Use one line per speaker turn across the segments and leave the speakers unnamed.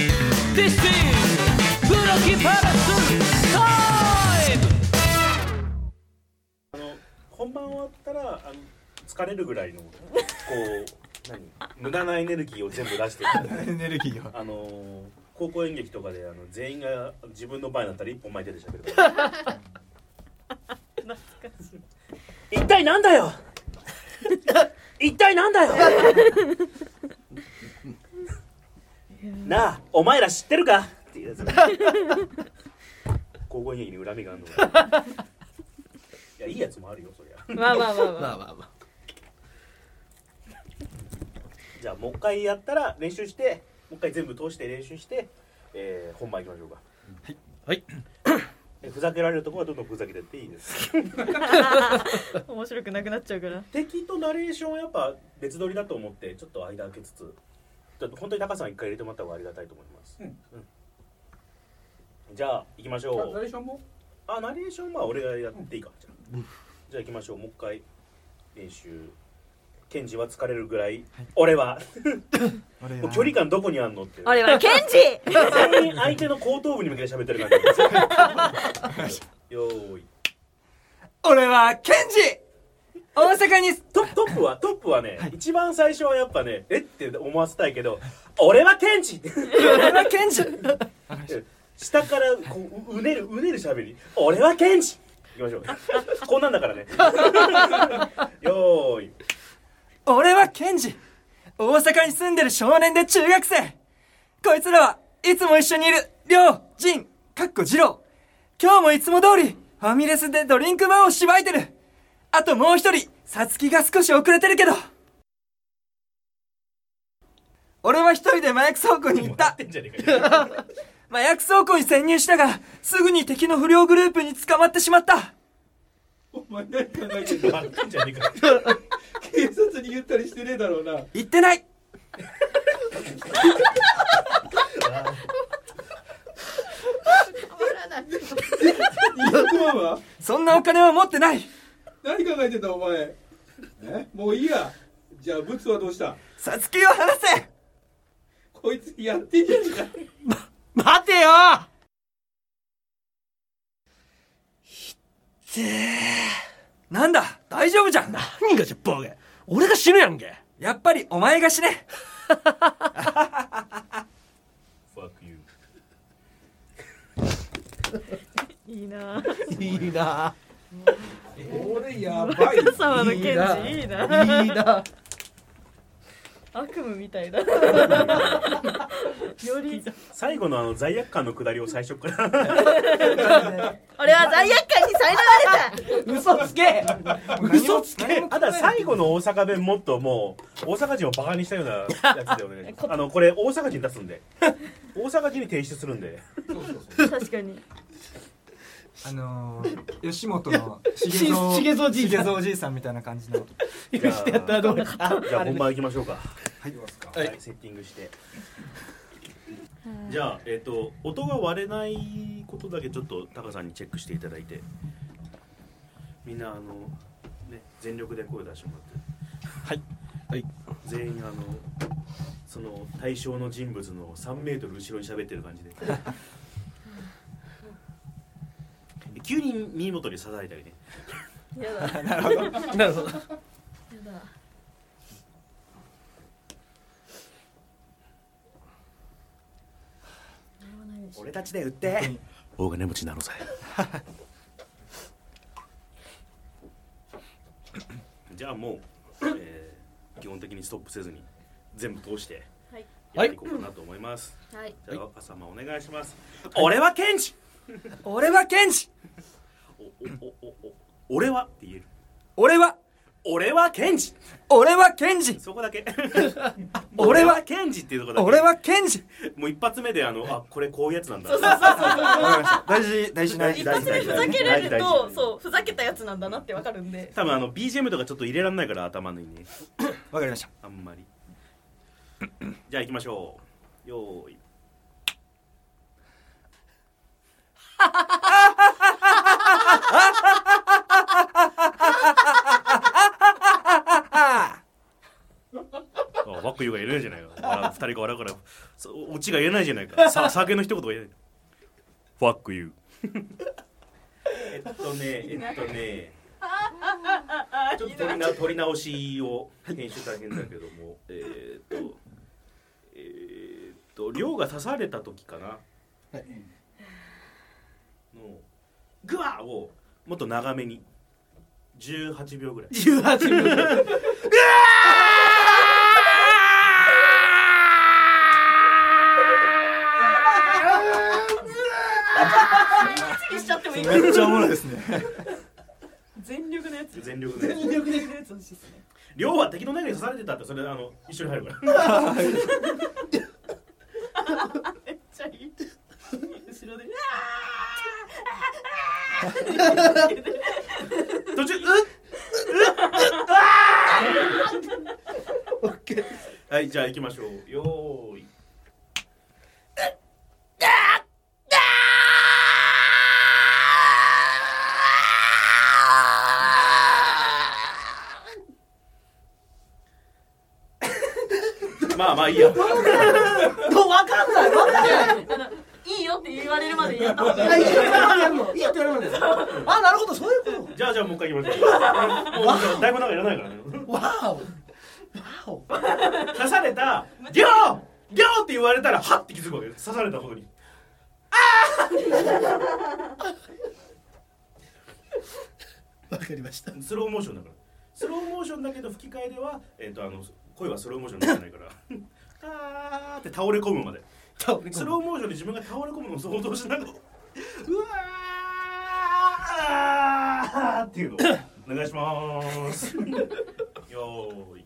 This is ブロッキパラスタイム
あの本番終わったらあの疲れるぐらいのこう何無駄なエネルギーを全部出していく
エネルギーを
あのー高校演劇とかであの全員が自分の場合になったら一本前に出てしゃべるから
一体なんだよ一体なんだよなあお前ら知ってるかっていうやつ
高校演劇に恨みがあるのかいやいいやつもあるよそりゃ
まあまあまあまあ
まあまあまあ
じゃあもう一回やったら練習してもう一回全部通して練習して、えー本番行きましょうか
はい
えふざけられるところはどんどんふざけてっていいです
面白くなくなっちゃうから
敵とナレーションはやっぱ別撮りだと思ってちょっと間開けつつちょっと本当に高さん一回入れてもらった方がありがたいと思います、
うん
うんじゃあ行きましょ
ナ
う
レーションも
あナレーションまあ俺がやっていいかじゃあじゃあ行きましょうもう一回練習ケンジは疲れるぐらい、俺は
俺
もう距離感どこにあんのっ て
俺はケンジ
全員相手の後頭部に向けて喋ってる感じよーい
俺はケンジ大阪に
トトップはトップはね、一番最初はやっぱねえって思わせたいけど俺はケンジ
俺はケンジ
下からこうううねるうねる喋り俺はケンジ行きましょうこんなんだからねよーい
俺はケンジ大阪に住んでる少年で中学生こいつらはいつも一緒にいるりょうじんかっこじろう今日もいつも通りファミレスでドリンクバーをしばいてるあともう一人さつきが少し遅れてるけど俺は一人で麻薬倉庫に行った
てんじゃねえかよ
麻薬倉庫に潜入したがすぐに敵の不良グループに捕まってしまった
お前何考えてんだ
笑ってんじゃねえか
警察に言ったりしてねえだろうな
言ってない
200万は
そんなお金は持ってない
何考えてんだお前えもういいやじゃあブツはどうした
さつきを話せ
こいつやってんじゃねえか
待てよ
てえ
なんだ大丈夫じゃん
何がじゃボケ俺が死ぬやんけ
やっぱりお前が死ね
Fuck you
いいなあ
いいな
俺やばいよ
お母様のケンジいいない
いな
悪夢みたいだより
最後のあの罪悪感の下りを最初から
俺は罪悪感に苛まれた
嘘つけ嘘つけ
あとは最後の大阪弁もっともう大阪人をバカにしたようなやつでお願いします あのこれ大阪人出すんで大阪人に提出するんで
確かに
あのー、吉本の
ししげぞうじいさん
しげぞうじいさんみたいな感じの
許してやったらどうだあ
じゃあ
あれ
本
ね
番行きましょうか。
はい
はい、セッティングして。じゃあ、えっ、と、音が割れないことだけちょっとタカさんにチェックしていただいて。みんな、あの、ね、全力で声出してもらって。
はいはい。
全員、あの、その対象の人物の3メートル後ろに喋ってる感 じで。急に耳元に刺されたりね。
やだや
なるほど
だ
俺たちで売って大金持ちなのさ じゃあもう、えー基本的にストップせずに全部通して
はい
やっていこうかなと思います、
はい
じゃあ赤様お願いします、俺はケンジ
俺はケンジ
おおおお俺はって言える
俺は
俺はケンジ
俺はケンジ
そこだけ
俺は
ケンジっていうとこだけ
俺はケンジ
もう一発目であのあこれこういうやつなんだ
大事大事な
一発目
大事
ふ
大事
ざけられる
大事大
と
事
そうふざけたやつなんだなってわかるんで
多分あの BGM とかちょっと入れられないから頭にね
わかりました
あんまりじゃあ行きましょうよーいあファックユーが言えないじゃないか笑う二人が笑うからそうオチが言えないじゃないかさ酒の一言が言えないファックユーえっとねえっとねちょっと取りな取り直しを編集大変だけどもえーっとえーっと亮が刺された時かなのグワーをもっと長めに18秒ぐらい
18秒
次しちゃってもいい
めっちゃおもろいですね
全力のやつ
全力で
全力のやつ欲しいですね
亮は敵の中に刺されてたってそれあの一緒に入るから
めっちゃいい後ろで
途中うっうっうっうっうっうっうっうっうっうっうっうっはいじゃあ行きましょうよーいまあまあいいや
もう分かんない分かんないいいよって言われるまでやった方がいい
いいよって言われるんですあなるほどそういうこ
じゃあじゃあもう一回行きましょうもうだいぶなんかいらないからね
とわーおわーお
刺された「ギョーギョー!」って言われたらハッて気づくわけです刺されたことに
わかりました
スローモーションだからスローモーションだけど吹き替えでは、えっとあの声はスローモーションにならないからあーって倒れ込むまでスローモーションで自分が倒れ込むのを想像しながらうわーあーっていうのをお願いしまーすよーい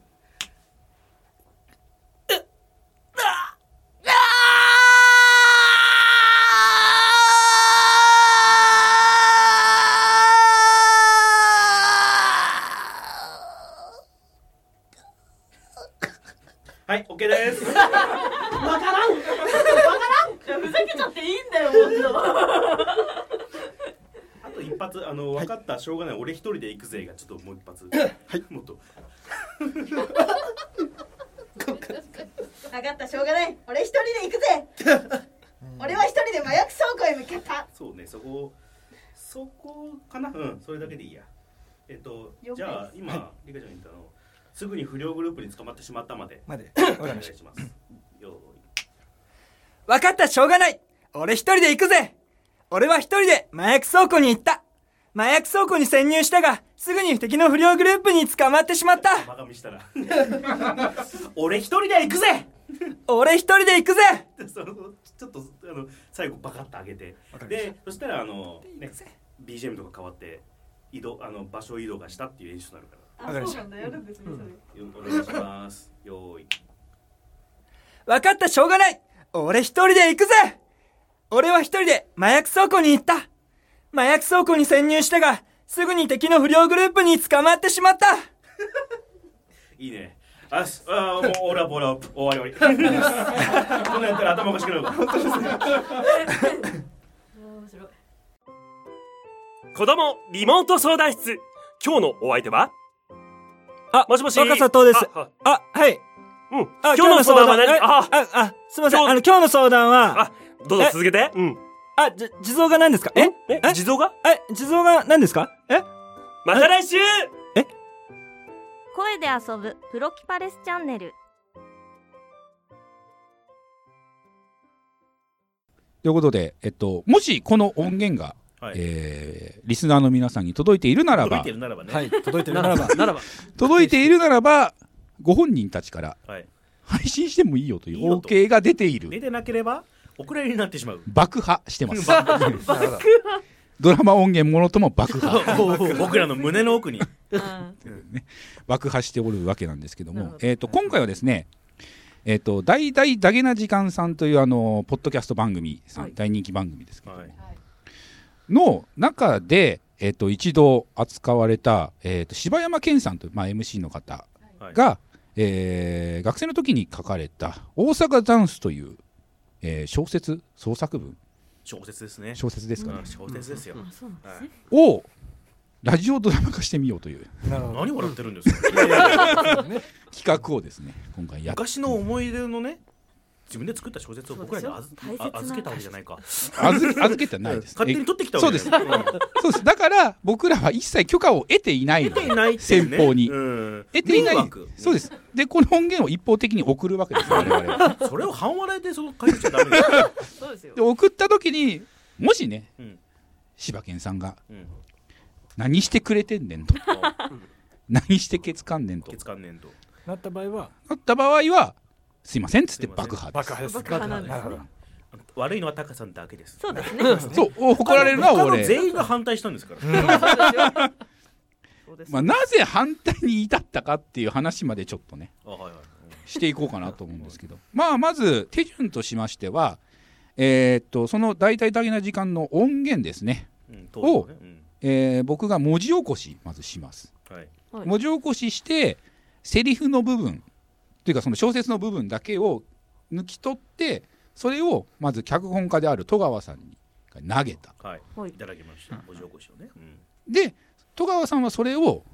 はい OK です
いやふざけちゃっていいんだよもっ
あと一発あの分かったしょうがない俺一人で行くぜがちょっともう一発 はいもっと
と分かったしょうがない俺一人で行くぜ俺は一人で麻薬倉庫へ向かった
そうねそこそこかなうんそれだけでいいやえっと
了解
じゃあ今リカちゃんに言ったのすぐに不良グループに捕まってしまったまで
まで
お願いしますよーい
わかった、しょうがない俺一人で行くぜ俺は一人で麻薬倉庫に行った麻薬倉庫に潜入したが、すぐに敵の不良グループに捕まってしまった
バカ見したら 俺一人で行くぜ
俺一人で行くぜ
でそのちょっとあの最後バカッと上げて
わかりまし
でそしたらあの、ね、BGM とか変わって移動あの場所移動がしたっていう演出になるから
あそうなんだやるんですね
よお願いしますよーい
わかった、しょうがない俺一人で行くぜ俺は一人で麻薬倉庫に行った麻薬倉庫に潜入したが、すぐに敵の不良グループに捕まってしまった
いいね。あす、あーもうオーラボラ終わり 終わり。こんなんやったら頭おかしくなるわ。
それ面白い
子供リモート相談室今日のお相手は
あ
もしもし
若狭党です。
ああ
あ、はい。
うん
あ
今日の相談は何
え
あ
あ、あ、すいません。
今日
あの、今日の相談は、
あどうぞ続けてうん
あ、じ、地蔵が何ですかえ
え
え
地蔵が
え、地蔵が何ですかえ
また来週
声で遊ぶプロキパレスチャンネル
ということで、えっと、もしこの音源が、
はい
えーリスナーの皆さんに届いているなら
届い
ば
てるならばね。
い届いて
ならばならば
届いているならばご本人たちから
はい
配信してもいいよとい
いいよ
う
と
OK が出ている
出てなければ遅れになってしまう。
爆破して ますドラマ音源ものとも爆破
僕らの胸の奥に。
爆破しておるわけなんですけど
なる
も
ほど
えっと今回はですねえっと大々ダゲな時間さんというあのポッドキャスト番組さん、
はい
大人気番組ですけど、
はい。
の中で、えっと一度扱われた、えっと柴山健さんという、まあ、MC の方
はい
が、えー学生の時に書かれた「大阪ダンス」という、えー小説創作文
小説ですね。
小説ですかね
うん、小説ですよ。
あそうなんですね
をラジオドラマ化してみようという
なるほど
何笑ってるんですか
企画をですね今回やっ
昔の思い出のね自分で作った小説を僕らにあず
そうですよ
あ預けたわけじゃないか
預け預けてはないです
勝手に取ってきた
そ
わ
う
け
です
じゃないうん
そうですだから僕らは一切許可を得ていないの
得ていないっていうね
先方に
うん
得ていない
迷惑
そうですでこの音源を一方的に送るわけです我々は
それを半笑いでその書いちゃダメで すよ
そうですよ
で送った時にもしね、
うん
柴犬さんが
うん
「何してくれてんねん」と「何してケツかんねん」と
ケツ関連と
なった場合は
なった場合は「すいません」っつっ
す
て
いません
爆破です
爆破です
爆破なんですね
るほど
悪いのはタカさんだけです
そうですね。
そう怒られるのは
他の
俺、
全員が反対したんですから
そうです
まあ、なぜ反対に至ったかっていう話までちょっとね
あはいはい
していこうかなと思うんですけどまあまず手順としましてはえーっとその大体大な時間の音源ですね、
うん当時のね
えー僕が文字起こしまずします
うんはい
はい
文字起こししてセリフの部分というかその小説の部分だけを抜き取ってそれをまず脚本家である戸川さんに投げた
はい
はい
いただきました文字起こしをねうん
で戸川さんはそれを、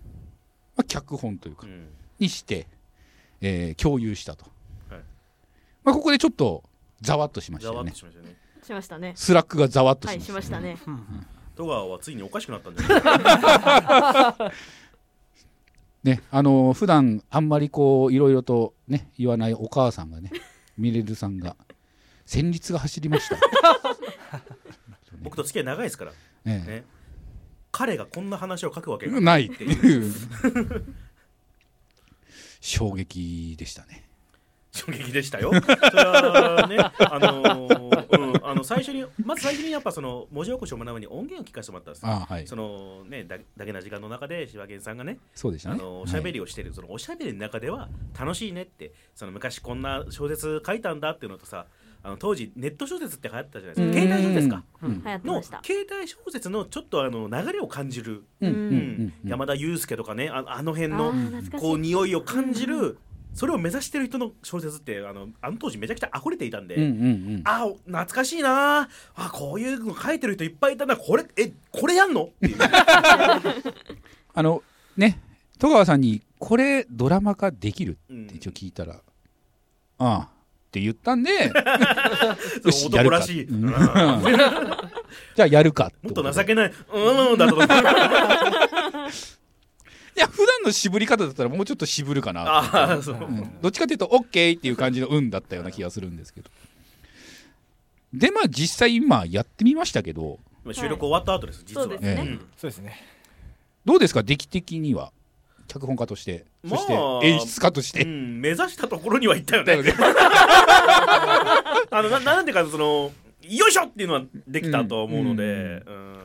まあ、脚本というか
うん
にして、えー共有したと、
はい
まあ、ここでちょっとざわっとしまし
ざ
たよ
わっ
ね
としましたよね
しましたね。
スラックがざわっと
は
し
い、
まし、
したましたね。
戸川はついにおかしくなったんじゃないか
ねあのー普段あんまりこういろいろとね言わないお母さん がねミレルさんが「戦慄が走りま した」
僕と付き合い長いですから
ね
ね彼がこんな話を書くわけが
ないっていう 衝撃でしたね
衝撃でしたよ。それはね、あのーうん、あの最初にまず最初にやっぱその文字起こしを学ぶに音源を聞かせてもらったんですよ。
ああはい
そのねだだけな時間の中で柴犬さんがね、
そうでした
あ
ね
のおしゃべ
り、
りをしてる、そのおしゃべりの中では楽しいねってその昔こんな小説書いたんだっていうのとさあの当時ネット小説って流行ってたじゃないですか携帯小説か
うん
流行ってま
の
した。
携帯小説のちょっとあの流れを感じる、
うんう
う
んうんんうんうん
山田裕介とかねああの辺
あ
の
ー懐かし
こう
い。
匂いを感じるそれを目指してる人の小説ってあのあの当時めちゃくちゃ溢れていたんで、
うんうん
あー懐かしいなーあこういうの書いてる人いっぱいいたなこれえこれやんのっていう
あのね戸川さんに「これドラマ化できる?」って一応聞いたら「ああ」って言った んでよし
そう
や
男
るから
しい、
うん
うん
じゃあやるかって
もっ
こと
と
で
情けないうーんだと 思って
いや普段の渋り方だったらもうちょっと渋るかな
あーそう、
うんどっちかというと OK っていう感じの運だったような気がするんですけどでまあ実際今やってみましたけど
今収録終わった後です実は
そうです
ね
ん
そうですね
どうですか出来的には脚本家としてそして
まあ
演出家とし
う
て、
ん、目指したところには行ったよ
だよ
ね
ね
あのななんでかそのよいしょっていうのはできたと思うので、うん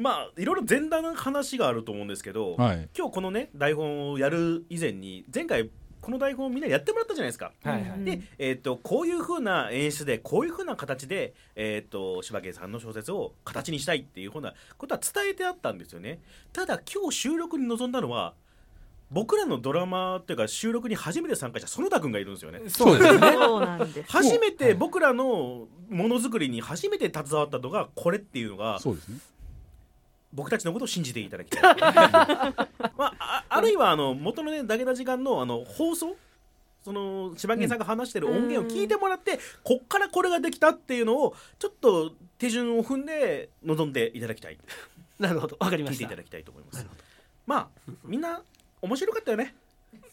まあいろいろ前段の話があると思うんですけど、
はい
今日このね台本をやる以前に前回この台本をみんなやってもらったじゃないですか。
はいはい
で、えー、とこういう風な演出でこういう風な形で、えー、と柴犬さんの小説を形にしたいっていうふうなことは伝えてあったんですよねただ今日収録に臨んだのは僕らのドラマっていうか収録に初めて参加した園田君がいるんですよね
そうです
そうなんです。
初めて僕らのものづくりに初めて携わったのがこれっていうのが
そうですね
僕たちのことを信じていただき たい、まあ、ああるいはあの元のねだけな時間のあの放送その柴犬さんが話してる音源を聞いてもらって、こっからこれができたっていうのをちょっと手順を踏んで臨んでいただきたい
なるほどわかりま
聞い
して
い
た
ただきたいと思いますまあみんな面白かったよね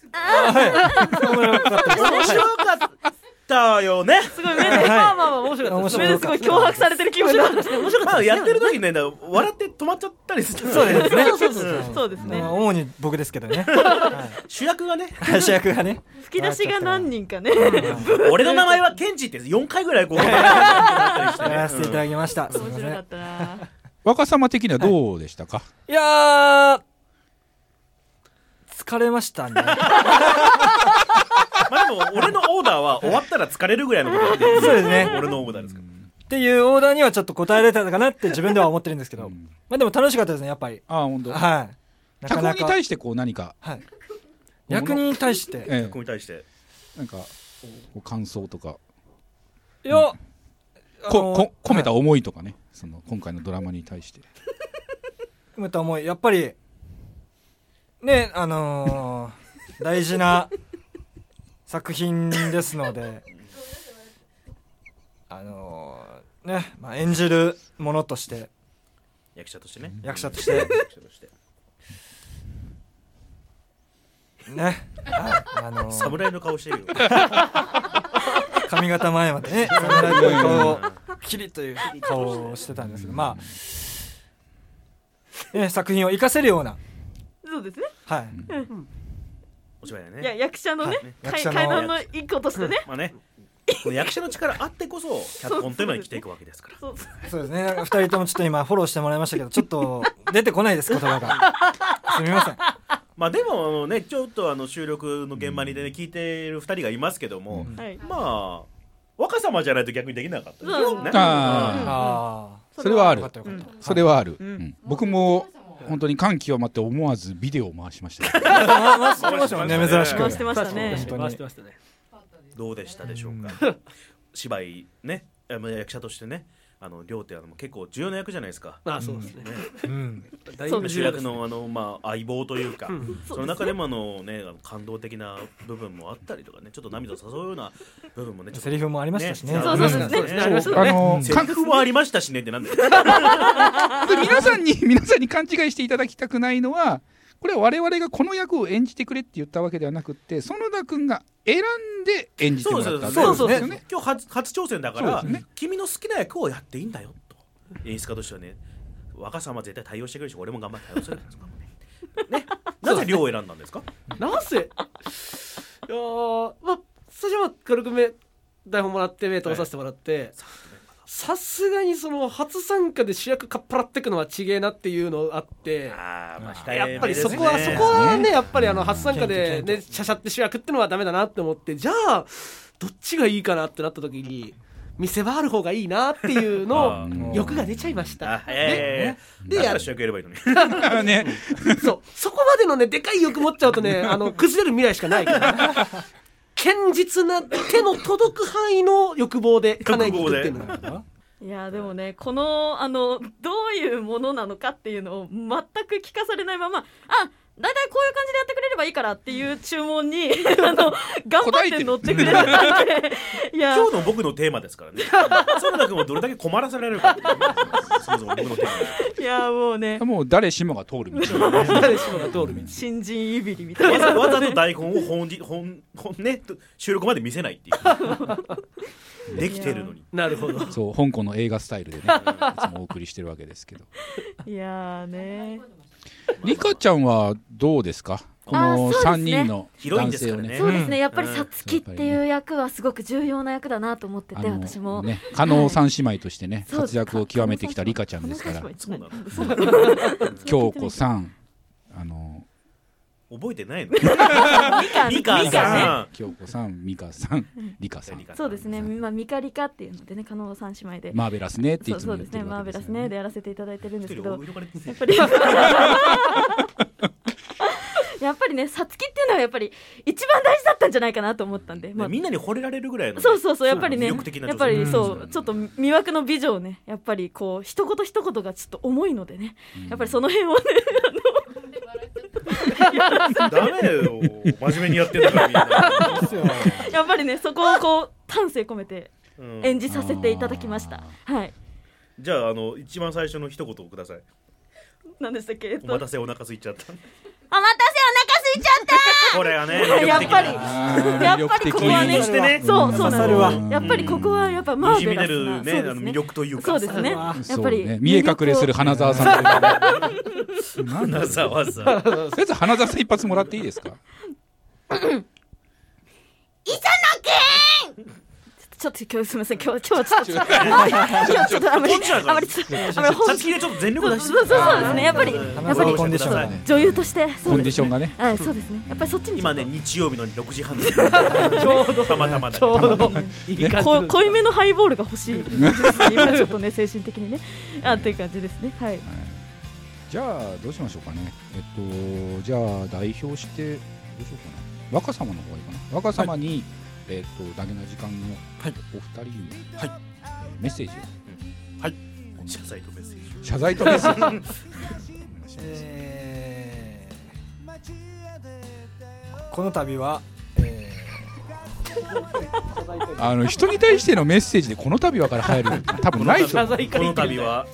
面白かったよね
すごい目で、まあまあまあ面白かったです目ですごい脅迫されてる気持ちだったですね面白
まあやってる時にねだから笑って止まっちゃったりするそう
です ね
そうそう そうそうですね
まあ主に僕ですけどね
主役がね
はい主役がね
吹き出しが何人かね。
俺の名前はケンジって4回ぐらい こうや
やらせていただ
き
きましたすい
面
ませ
白か
ん
ったな。
若様的にはどうでしたか、
いやー疲れました ね
まあでも俺のオーダーは終わったら疲れるぐらいのことだね
そうですね
俺のオーダーですから
っていうオーダーにはちょっと答えられたのかなって自分では思ってるんですけど、
うん
まあでも楽しかったですねやっぱり
ああ本当
はいなか
脚本
な
に
か
対してこう何か、
はい役に対して
え
ここ
え
に対して
なんかこう感想とか
いやあの
ここ込めた
はい
思いとかね、その今回のドラマに対して
またもうやっぱりねあの ー大事な作品ですのであのーね、まあ、演じるものとして
役者としてね
役者として
役者として
ねああの ー
侍の顔してるよ
髪型前までね侍っぽい顔をキリッという顔をしてたんですけどまあ、ね、作品を生かせるような
そうですね。
はい
お芝居だね
いや役者の
は
ね、
い
かい
役者の
階段の一個としてね。
まあねこの役者の力あってこそ脚本というのは生きていくわけですから
そう
そうですね。なんか二人ともちょっと今フォローしてもらいましたけど、ちょっと出てこないです言葉が。すみません。
まあでもあのねちょっとあの収録の現場にでね聞いている二人がいますけども、
うん
はい。
まあ若さまじゃないと逆にできなかったですよね
あ
あ
それは
あ、
あ
よ
る
かったよかった。
それはある、
ん
うん僕も本当に感極まって思わずビデオを回しました
あ、まあ、そうましょうね、珍し
回して
く。
ました
回
ね
し。てま
回し
し
たてましたね
どうでしたでしょうか、 芝居ねあの役者としてねあの亮ってあの結構重要な役じゃないですか
ああそうですね
うん。
だい
そう
ぶ
です
主
重要で
役
すね
のあの、まあ、相棒というか、その中でもあの、ね、あの感動的な部分もあったりとかねちょっと涙を誘うような部分もねちょっと
セリフもありましたしね。
ね
そうそうそう
そう
ですね。ありました
あ
ね。
の
セ
か
リ
ん
フもありましたしねってなんだよ
皆さんに 皆さんに勘違いしていただきたくないのはこれは我々がこの役を演じてくれって言ったわけではなくって園田君が選んで演じてもらったん
そうそう
そうそう
ですよね
今日初初挑戦だから、
そうですね
君の好きな役をやっていいんだよと演出家としてはね若さま絶対対応してくれるし俺も頑張って対応するんですかね、なぜ亮を選んだんですか
なぜいやーまあ最初は軽く目台本もらって目通させてもらって、さすがにその初参加で主役かっぱらってくのはちげえなっていうのあって
あーまあ控えめ
やっぱりそこは、
です
そ
ね
こはねやっぱりあの初参加で
謙虚謙
ねしゃしゃって主役ってのはダメだなって思ってじゃあどっちがいいかなってなった時に見せ場ある方がいいなっていうの
あ
を欲が出ちゃいました
あ、ええ
で
だから主役やればいいのに。
ね
そう、そこまでのね、でかい欲持っちゃうとね、あの、崩れる未来しかないから。堅実な手の届く範囲の欲望で叶えていくっていうのが。
いやでもねこのあのどういうものなのかっていうのを全く聞かされないままあ大体こういう感じでやってくれればいいからっていう注文 にあの頑張って乗ってくれてたんでいや
今日の僕のテーマですからね。園田君をどれだけ困らせられるかっていうね。そもそも僕のテーマです
いやもうね
もう誰しもが通るみたい な
誰しもが通る道。
新人いびりみた
わ
い
ざ
な
わざと台本を本じ本本ね収録まで見せないっていう。できてるのに。
なるほど。
そう香港の映画スタイルでねいつもお送りしてるわけですけど
いやーね
リカちゃんはどうですかこの3人の
広いん
男
です
性
か
を
らね。
そうです
ん
ね
やっぱりさつきっていう役はすごく重要な役だなと思ってて私も、
ね、加納三姉妹としてね、
そう
活躍を極めてきたリカちゃんですから
そうなの。
京子さんあの
覚えてないの。
ミカ
ミカ
ね
さん。
京子さん美香さんリカさん
そうですねまあミカリカっていうのでね加納三姉妹で、
マーベラスねってい
そう
つ
そ
も
うで
言っ
す
て
ね
る
マ
わ
ー
け
ベラ
です
ス
よね
ねでやらせていただいてるん
一
ですけ
人
ど
お色が出てる
やっぱり やっぱりねさつきっていうのはやっぱり一番大事だったんじゃないかなと思ったんで、まあ、
みんなに惚れられるぐらいのね。
そうそうそうやっぱりね
魅力的な
やっ
女
ぱ
性
りそ
うん
うちょっと魅惑の美女をねやっぱりこう一言一言がちょっと重いのでね、やっぱりその辺をね
ダメよ。真面目にやってんだからみんな
やっぱりねそこをこう丹精込めて
うん。
演じさせていただきました、はい
じゃああの一番最初の一言をください。
何でしたっけえっ
お
と
待たせお腹すいちゃった。
お待たせお腹すいちゃった
これはね。
やっぱりや
や
っぱりここは
魅
ね
力的な
そうそうな
刺さるわ
んですやっぱりここはやっぱマ
に
ー
じ
ベ
み
ラ
出
ス
る
な
ねあの魅力というか
そうですねやっぱり
見え隠れする花澤さんとなんだ
花沢さん
とりあえず花澤さん一発もらっていいですか
ちょっと今日すみません今日今日はちょっと今日ちょっとあまり
こっちは
あまりあまり
さ
本
っ
気
きでちょっと全力
そう
出し
そうそうですねやっぱりや
花
っぱ
澤
り
コンディションが
やっぱ
ね。
女優としてそ
コ
う
ンデ
で
ィ
す
ションがね
はいそうですねやっぱりそっちに
今ね日曜日の6時半ですちょうどたまたまだね
いい感じ
こう濃いめのハイボールが欲しい今ちょっとね精神的にねあっていう感じですねはい
じゃあどうしましょうかねえっとじゃあ代表してどうしようかな若様の方がいいかな若様に、えっとだけな時間のお二人に、メッセージを
謝罪とメッセージ
謝罪とメッセージお願いしますします、
えーこの度は、えー
あの人に対してのメッセージでこの度はから入る多分ないと思う
この度は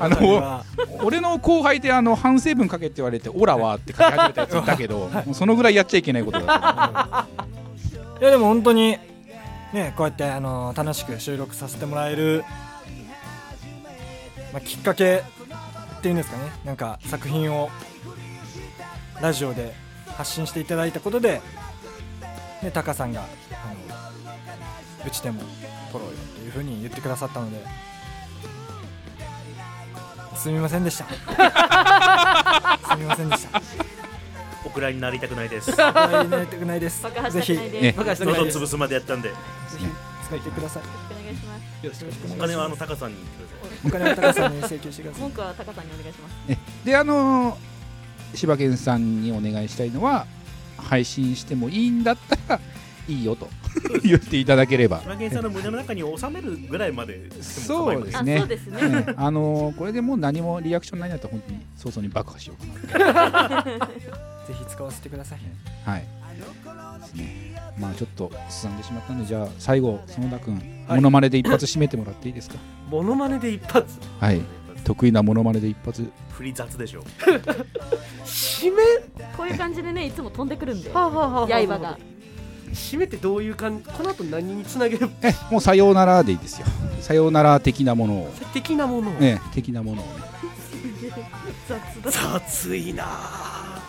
あの俺の後輩であの反省文書けって言われて「オラは」って書き始めたやつだけどもうそのぐらいやっちゃいけないことだ
いやでも本当にねこうやってあの楽しく収録させてもらえる、まあ、きっかけっていうんですかねなんか作品をラジオで発信していただいたことで、ね、タカさんがあのうちでも撮ろうよっていうふうに言ってくださったのですみませんで したすみませんでした
お蔵になりたくないです
お蔵になりたくないです
爆破
ぜ
し
ひ
たくないです
爆
破したくない
喉
です
潰すまでやったんで
使ってください
お願いします
よろしくお願いします
お金はあの高さんに
お金は高さんに請求してください
文句は高さんにお願いします
であの柴犬さんにお願いしたいのは配信してもいいんだったらいいよと言っていただければ
島源さんの胸の中に収めるぐらいまでしても構い
そ
ません
うです
あ
ね
そうですね
ねあのこれでもう何もリアクションないんだったら本当に早々に爆破しようか
ぜひ使わせてください
なはいですねまあちょっと進んでしまったんでじゃあ最後園田君モノマネで一発締めてもらっていいですか
モノマネで一発
はい得意なモノマネで一発
振り雑でしょ
締め
こういう感じでねいつも飛んでくるんで
はあはあはあはあ
刃が
締めってどういう感じこの後何につなげる
えもうさようならでいいですよさようなら的なものを
的なものを、
ね的なものをね
雑だ
雑いなあ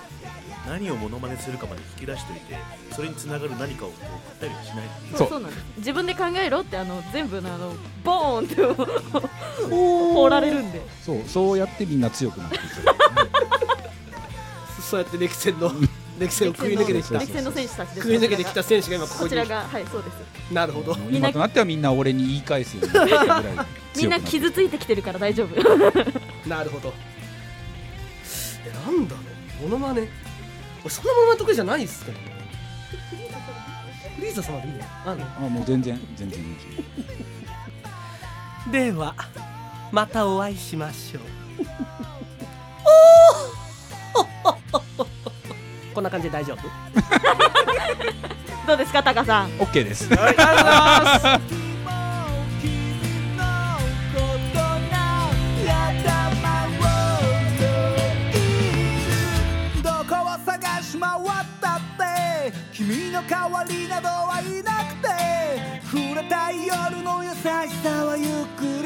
何をモノマネするかまで引き出しておいてそれにつながる何かをこう送ったりはしない
そ
そうう
そうなんです自分で考えろってあの全部のあのボーンって放られるんで
そうそうやってみんな強くなっていく
そうやって歴戦の歴戦を食い抜けてきた
歴戦の選手たちです
食い抜けてきた選手が今ここ
こ
に
ちらがはいそうです
なるほど
みんな
今となってはみんな俺に言い返すようになってるぐらい強くなってる
みんな傷ついてきてるから大丈夫
なるほどえなんだろうモノマネ俺そのまま得意じゃないっすけどねフリーザ様でいいねあの
あもう全然全然
ではまたお会いしましょうおお こんな感じで大丈夫
どうですかタカさん
OK です
どこを探し回ったって君の代わりなどはいなくて触れたい夜の優しさはゆく